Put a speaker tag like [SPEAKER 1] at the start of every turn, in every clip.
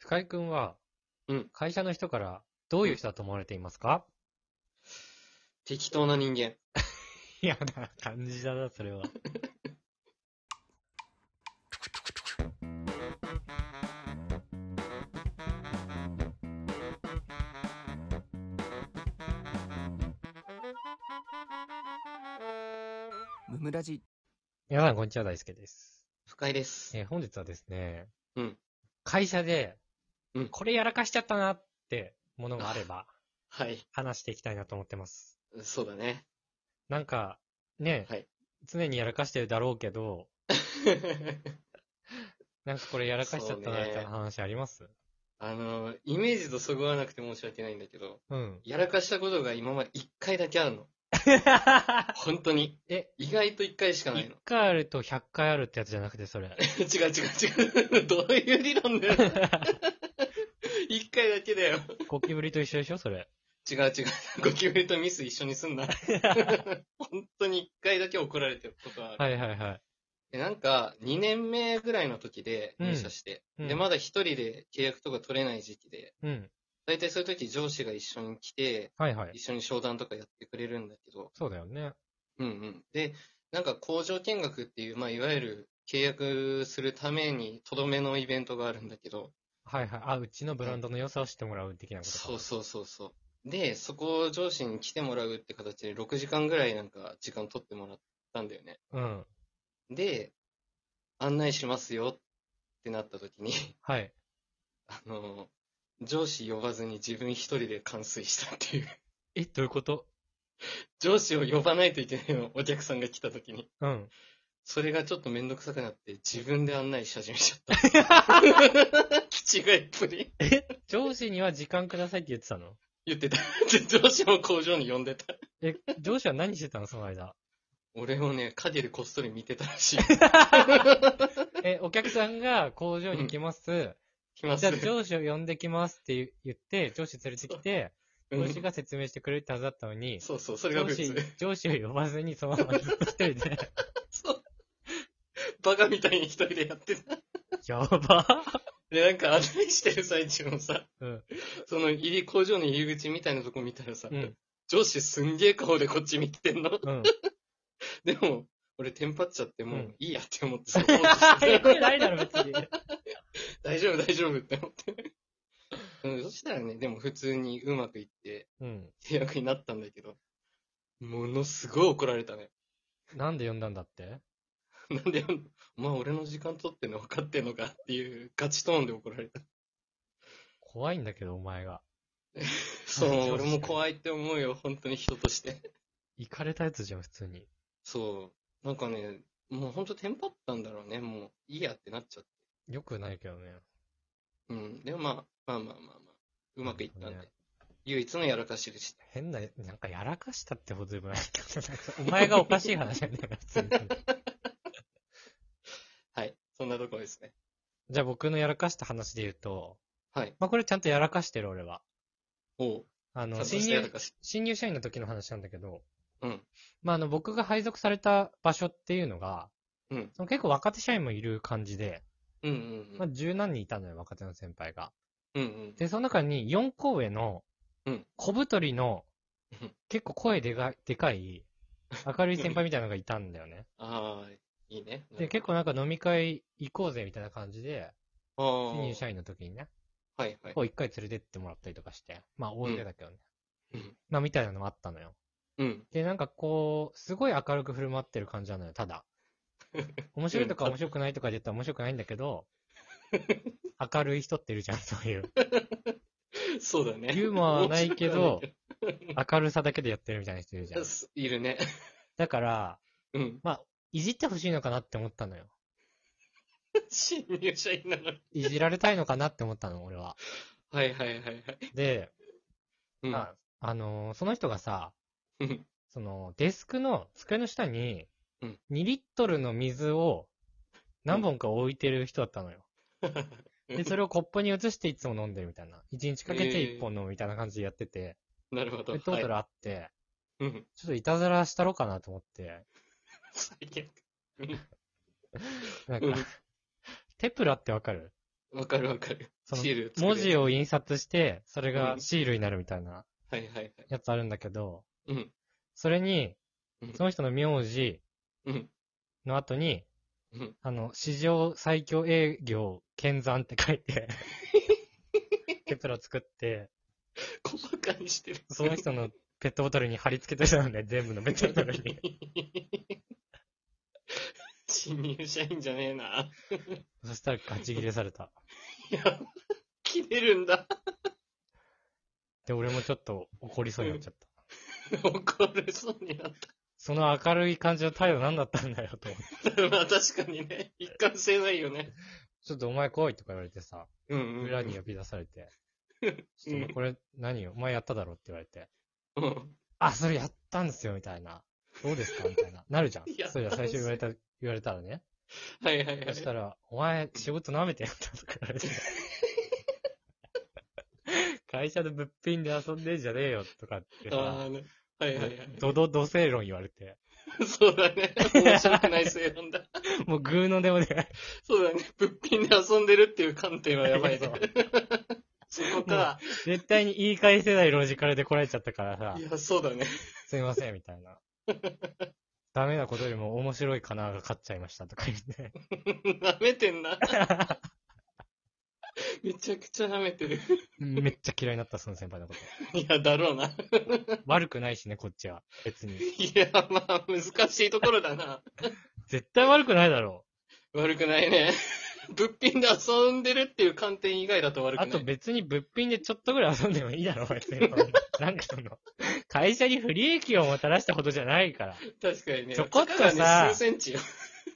[SPEAKER 1] 深井くんは、
[SPEAKER 2] うん
[SPEAKER 1] 会社の人から、どういう人だと思われていますか、
[SPEAKER 2] 適当な人間。
[SPEAKER 1] いやだ、感じだな、それは。
[SPEAKER 3] ムムラジ
[SPEAKER 1] 皆さん、こんにちは、大輔です。
[SPEAKER 2] 深井です。
[SPEAKER 1] えー本日はですね、
[SPEAKER 2] うん
[SPEAKER 1] 会社で、
[SPEAKER 2] うん
[SPEAKER 1] これやらかしちゃったなってものがあれ ば、
[SPEAKER 2] はい。
[SPEAKER 1] 話していきたいなと思ってます。
[SPEAKER 2] そうだね。
[SPEAKER 1] なんか、ね、
[SPEAKER 2] はい
[SPEAKER 1] 常にやらかしてるだろうけど、なんかこれやらかしちゃったなみたいな話ありますう,、
[SPEAKER 2] あの、イメージとそぐわなくて申し訳ないんだけど、
[SPEAKER 1] ん。
[SPEAKER 2] やらかしたことが今まで一回だけあるの。本当に。
[SPEAKER 1] え、
[SPEAKER 2] 意外と一回しかない
[SPEAKER 1] 1
[SPEAKER 2] の。
[SPEAKER 1] 回あると100回あるってやつじゃなくて、それ。
[SPEAKER 2] 違う違う違う。どういう理論だよ。 一回だけだよ。
[SPEAKER 1] ゴキブリと一緒でしょ、それ。
[SPEAKER 2] 違う違う。ゴキブリとミス一緒にす んな。本当に一回だけ怒られてること はある。
[SPEAKER 1] はいはいはい。
[SPEAKER 2] でなんか、2年目ぐらいの時で入社して、
[SPEAKER 1] うん
[SPEAKER 2] で、まだ一人で契約とか取れない時期で、
[SPEAKER 1] うん。
[SPEAKER 2] 大体そういう時上司が一緒に来て、
[SPEAKER 1] はいはい。
[SPEAKER 2] 一緒に商談とかやってくれるんだけど、
[SPEAKER 1] そうだよね。
[SPEAKER 2] うんうん。で、なんか工場見学っていう、まあ、いわゆる契約するためにとどめのイベントがあるんだけど、
[SPEAKER 1] はいはい。あ、うちのブランドの良さを知ってもらう的なことか。
[SPEAKER 2] そうそうそうそう。で、そこを上司に来てもらうって形で6時間ぐらいなんか時間取ってもらったんだよね。
[SPEAKER 1] うん。
[SPEAKER 2] で、案内しますよってなった時に、
[SPEAKER 1] はい。
[SPEAKER 2] あの、上司呼ばずに自分一人で完遂したっていう。
[SPEAKER 1] え、どういうこと
[SPEAKER 2] 上司を呼ばないといけないの、お客さんが来た時に。
[SPEAKER 1] うん。
[SPEAKER 2] それがちょっとめんどくさくなって、自分で案内し始めち ゃった。気違いっぷり。
[SPEAKER 1] 上司には時間くださいって言ってたの
[SPEAKER 2] 言ってた。上司も工場に呼んでた。
[SPEAKER 1] え、上司は何してたのその間。
[SPEAKER 2] 俺をね、陰でこっそり見てたらしい。
[SPEAKER 1] え、お客さんが工場に来ます。
[SPEAKER 2] 来ま
[SPEAKER 1] じ
[SPEAKER 2] す
[SPEAKER 1] ゃあ。上司を呼んできますって言って、上司連れてきて、
[SPEAKER 2] うん
[SPEAKER 1] 上司が説明してくれるってはずだったのに、
[SPEAKER 2] そうそう、それが
[SPEAKER 1] 上
[SPEAKER 2] 普
[SPEAKER 1] 司
[SPEAKER 2] 通。、
[SPEAKER 1] 上司を呼ばずにそのままずっと一人で。
[SPEAKER 2] そう。バカみたいに一人 でやってた。
[SPEAKER 1] やば
[SPEAKER 2] で、なんか案内してる最中もさ、
[SPEAKER 1] うん。
[SPEAKER 2] その入り、工場の入り口みたいなとこ見たらさ、
[SPEAKER 1] うん。
[SPEAKER 2] 上司すんげえ顔でこっち見てんの。
[SPEAKER 1] うん。
[SPEAKER 2] でも、俺テンパっちゃっても
[SPEAKER 1] う
[SPEAKER 2] うんいいやって思って その放置し
[SPEAKER 1] や
[SPEAKER 2] て
[SPEAKER 1] ってないだろ、別に。
[SPEAKER 2] 大丈夫大丈夫って思って。うんそしたらね、でも普通にうまくいって
[SPEAKER 1] うん。
[SPEAKER 2] 契約になったんだけど、ものすごい怒られたね。
[SPEAKER 1] なんで呼んだんだって
[SPEAKER 2] なんで、お前俺の時間取ってんの分かってんのかっていうガチトーンで怒られた。
[SPEAKER 1] 怖いんだけど、お前が。
[SPEAKER 2] そう、
[SPEAKER 1] そう
[SPEAKER 2] 俺も怖いって思うよ、本当に人として。
[SPEAKER 1] 行かれたやつじゃん、普通に。
[SPEAKER 2] そう、なんかね、もう本当テンパったんだろうね、もういいやってなっちゃって
[SPEAKER 1] よくないけどね。
[SPEAKER 2] うん。でもまあ、まあまあまあまあ、うまくいったん
[SPEAKER 1] なるほど
[SPEAKER 2] で。唯一のやらかしでした。
[SPEAKER 1] 変な、なんかやらかしたってほどでもないけど、なんかお前がおかしい話なんだよな、普通に。
[SPEAKER 2] はい。そんなとこですね。
[SPEAKER 1] じゃあ僕のやらかした話で言うと、
[SPEAKER 2] はい。
[SPEAKER 1] まあこれちゃんとやらかしてる、俺は。
[SPEAKER 2] おう。
[SPEAKER 1] あ
[SPEAKER 2] ちゃん
[SPEAKER 1] の、
[SPEAKER 2] と
[SPEAKER 1] 新
[SPEAKER 2] したやら
[SPEAKER 1] 入、
[SPEAKER 2] かし。
[SPEAKER 1] 新入社員の時の話なんだけど、
[SPEAKER 2] うん。
[SPEAKER 1] まああの、僕が配属された場所っていうのが、
[SPEAKER 2] うん
[SPEAKER 1] その結構若手社員もいる感じで、
[SPEAKER 2] うんうんう
[SPEAKER 1] まあ
[SPEAKER 2] ん。
[SPEAKER 1] 十何人いたのよ、若手の先輩が。
[SPEAKER 2] うんうん。
[SPEAKER 1] で、その中に4校への
[SPEAKER 2] うん、
[SPEAKER 1] 小太りの
[SPEAKER 2] うん、
[SPEAKER 1] 結構声でかい、でかい、明るい先輩みたいなのがいたんだ よね。
[SPEAKER 2] ああ、いいね。
[SPEAKER 1] で、結構なんか飲み会行こうぜみたいな感じで、
[SPEAKER 2] 構
[SPEAKER 1] 新入社
[SPEAKER 2] 員。
[SPEAKER 1] 員の時にね、
[SPEAKER 2] はいはい
[SPEAKER 1] こ。う一回連れてってもらったりとかして、まあ大勢だけどね。
[SPEAKER 2] うん
[SPEAKER 1] まあみたいなのもあったのよ。
[SPEAKER 2] うん。
[SPEAKER 1] で、なんかこう、すごい明るく振る舞ってる感じなのよ、た だ。面白いとか面白くないとかで言ったら面白くないんだけ ど、明るい人っているじゃん、そういう。
[SPEAKER 2] そうだね。
[SPEAKER 1] ユーモアはないけど
[SPEAKER 2] 面白くは
[SPEAKER 1] 明るさだけでやってるみたいな人いるじゃ
[SPEAKER 2] なんい。すいるね。
[SPEAKER 1] だから、
[SPEAKER 2] うん。
[SPEAKER 1] いじってほしいのかなって思ったのよ。
[SPEAKER 2] 新入社員なのに。
[SPEAKER 1] いじられたいのかなって思ったの、俺は。
[SPEAKER 2] はいはいはいはい。
[SPEAKER 1] で、
[SPEAKER 2] うん。
[SPEAKER 1] まあ、あのーその人がさ、
[SPEAKER 2] うん
[SPEAKER 1] その、デスクの、机の下に、
[SPEAKER 2] うん
[SPEAKER 1] 2リットルの水を何本か置いてる人だったのよ。で、それをコップに移していつも飲んでるみたいな。1日かけて1本飲むみたいな感じでやってて、
[SPEAKER 2] なるほど。
[SPEAKER 1] で、トータ
[SPEAKER 2] はい
[SPEAKER 1] ルあって、
[SPEAKER 2] うん。
[SPEAKER 1] ちょっといたずらしたろかなと思って、
[SPEAKER 2] 最悪。
[SPEAKER 1] なん
[SPEAKER 2] うん
[SPEAKER 1] か、テプラってわかる
[SPEAKER 2] わかるわかる。
[SPEAKER 1] その
[SPEAKER 2] シール作れ
[SPEAKER 1] 文
[SPEAKER 2] る
[SPEAKER 1] 字を印刷して、それ
[SPEAKER 2] う
[SPEAKER 1] が
[SPEAKER 2] ん
[SPEAKER 1] シールになるみたいな
[SPEAKER 2] はいはいはい。
[SPEAKER 1] やつあるんだけど、
[SPEAKER 2] うん。
[SPEAKER 1] それに
[SPEAKER 2] うん、
[SPEAKER 1] その人の名字
[SPEAKER 2] うん。
[SPEAKER 1] の後に、
[SPEAKER 2] うん
[SPEAKER 1] あの、史上最強営業、剣山って書い て、テプラ作って、
[SPEAKER 2] 細かにしてる。
[SPEAKER 1] その人のペットボトルに貼り付けてたのね、全部のペットボトル に。
[SPEAKER 2] 新入社員じゃねえな。
[SPEAKER 1] そしたらガチ切れされた。
[SPEAKER 2] いや、切れるんだ。
[SPEAKER 1] で、俺もちょっと怒りそうになっちゃった。
[SPEAKER 2] 怒るそうになっ
[SPEAKER 1] その明るい感じの態度何だったんだよ、 と思って。
[SPEAKER 2] た。まあ確かにね、一貫性ないよね。
[SPEAKER 1] ちょっとお前来いとか言われてさ、
[SPEAKER 2] うんうん。
[SPEAKER 1] 裏に呼び出され て。ちょっとお前
[SPEAKER 2] うん
[SPEAKER 1] これ何お前やっただろって言われて。
[SPEAKER 2] うん。
[SPEAKER 1] あ、それやったんですよ、みたいな。どうですかみたいな。なる じゃん
[SPEAKER 2] や。
[SPEAKER 1] それ最初言われた、言われたら ね。
[SPEAKER 2] はいはいは
[SPEAKER 1] そ
[SPEAKER 2] い。
[SPEAKER 1] したら、お前、仕事舐めてやったとか言われて。 会社で物品で遊んでんじゃねえよ、とかって
[SPEAKER 2] あ
[SPEAKER 1] さ
[SPEAKER 2] あ、、ね、はいはいはい。
[SPEAKER 1] ドドド正論言われて。
[SPEAKER 2] そうだね。面白くない 正論だ。
[SPEAKER 1] もうグーのでもね、
[SPEAKER 2] そうだね。物品で遊んでるっていう観点はやばい
[SPEAKER 1] そ
[SPEAKER 2] ね
[SPEAKER 1] う。
[SPEAKER 2] そこか。
[SPEAKER 1] 絶対に言い返せないロジカルで来られちゃったからさ
[SPEAKER 2] い、や、そうだね。
[SPEAKER 1] すいません、みたい な。ダメなことよりも面白いかなが勝っちゃいましたとか言 って。
[SPEAKER 2] 舐めてんな。めちゃくちゃ舐めてる。
[SPEAKER 1] めっちゃ嫌いになった、その先輩のこと。
[SPEAKER 2] いや、だろうな。
[SPEAKER 1] 悪くないしね、こっちは。別に。
[SPEAKER 2] いや、まあ、難しいところだな。
[SPEAKER 1] 絶対悪くないだろ
[SPEAKER 2] 悪くないね。物品で遊んでるっていう観点以外だと
[SPEAKER 1] う。
[SPEAKER 2] 悪くな
[SPEAKER 1] あ
[SPEAKER 2] い。
[SPEAKER 1] と別に物品でちょっとぐらい遊んでもいいだろう、別に。 なんかその、会社に不利益をもたらしたほどじゃないから。
[SPEAKER 2] 確かにね。
[SPEAKER 1] ちょこっとさ
[SPEAKER 2] たかがね、数センチよ。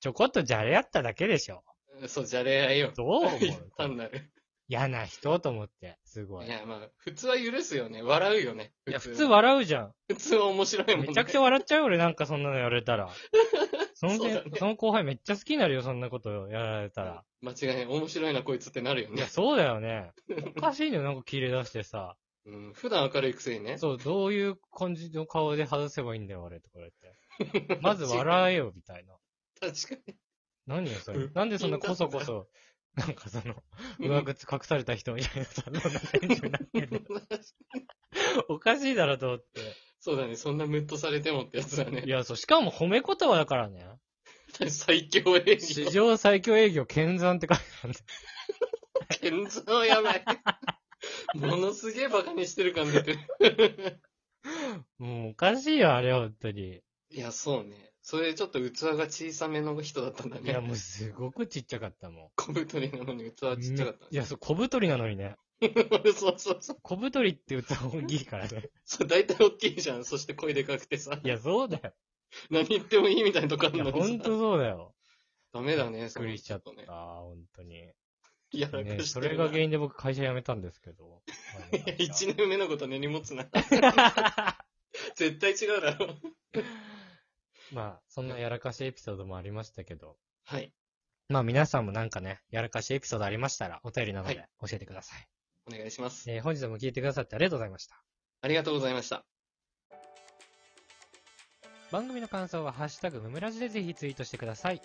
[SPEAKER 1] ちょこっとじゃれ合っただけでしょ。
[SPEAKER 2] そう、じゃれ 合いよ。
[SPEAKER 1] どう思う
[SPEAKER 2] 単なる。
[SPEAKER 1] 嫌な人と思って、すごい
[SPEAKER 2] い。や、まあ、普通は許すよね。笑うよね。
[SPEAKER 1] いや、普通。笑うじゃん。
[SPEAKER 2] 普通は面白いもんね。
[SPEAKER 1] めちゃくちゃ笑っちゃうよ、俺なんかそんなのやられた ら。そのせ
[SPEAKER 2] そうだね
[SPEAKER 1] その後輩めっちゃ好きになるよ、そんなことやられたら。
[SPEAKER 2] 間違いない。面白いな、こいつってなるよ
[SPEAKER 1] いや、
[SPEAKER 2] ね。
[SPEAKER 1] そうだよ ね。おかしいのよ、なんか切れ出してさ。
[SPEAKER 2] うん、普段明るいくせにね。
[SPEAKER 1] そう、どういう感じの顔で外せばいいんだよ、俺、とか言って。まず笑えよ、みたいな。
[SPEAKER 2] 確か
[SPEAKER 1] 何よ、それ
[SPEAKER 2] う。ん
[SPEAKER 1] なんでそんなこそこそ、なんかその、
[SPEAKER 2] に。
[SPEAKER 1] 上靴隠された人みたいなさ、どんな感じになってんのおかしいだろ、と思って。
[SPEAKER 2] そうだね。そんなムッとされてもってやつだ
[SPEAKER 1] い
[SPEAKER 2] ね。
[SPEAKER 1] や、そう、しかも褒め言葉だからね。
[SPEAKER 2] 最強営
[SPEAKER 1] 史
[SPEAKER 2] 業。
[SPEAKER 1] 上最強営業、剣山って書いてあるんだよ
[SPEAKER 2] 健三やばい。 ものすげえバカにしてる感出てる。
[SPEAKER 1] もうおかしいよ、あれは、本当に。
[SPEAKER 2] いや、そうね。それちょっと器が小さめの人だったんだ
[SPEAKER 1] いや、
[SPEAKER 2] ね。
[SPEAKER 1] もうすごくちっちゃかったもん。
[SPEAKER 2] 小太りなのに器ちっちゃかった。
[SPEAKER 1] いや、そう、小太りなのにね。
[SPEAKER 2] そうそうそう。
[SPEAKER 1] 小太りって器大きいから ね。
[SPEAKER 2] そう、大体大きいじゃん。そして声でかくてさ
[SPEAKER 1] い。や、そうだよ。
[SPEAKER 2] 何言ってもいいみたいなとこあ
[SPEAKER 1] い
[SPEAKER 2] る
[SPEAKER 1] や、
[SPEAKER 2] の
[SPEAKER 1] ほ
[SPEAKER 2] に
[SPEAKER 1] ん
[SPEAKER 2] さ。
[SPEAKER 1] とそうだよ。
[SPEAKER 2] ダメだね、
[SPEAKER 1] びっくりしちゃっ
[SPEAKER 2] その人とね
[SPEAKER 1] た、。ほんとに。
[SPEAKER 2] やら
[SPEAKER 1] ね、
[SPEAKER 2] かして
[SPEAKER 1] そ
[SPEAKER 2] る
[SPEAKER 1] れが
[SPEAKER 2] な
[SPEAKER 1] 原因で僕会社辞めたんですけど。
[SPEAKER 2] いや、 一年目のこと根に 持つな。絶対違うだろ。
[SPEAKER 1] まあ、そんなやらかしエピソードもありましたけど。
[SPEAKER 2] はい。
[SPEAKER 1] まあ皆さんもなんかね、やらかしエピソードありましたら、お便りなどで教えてください。
[SPEAKER 2] お願いします。
[SPEAKER 1] えー本日も聞いてくださってありがとうございました。
[SPEAKER 2] ありがとうございました。
[SPEAKER 1] 番組の感想は、ハッシュタグムムラジでぜひツイートしてください。チ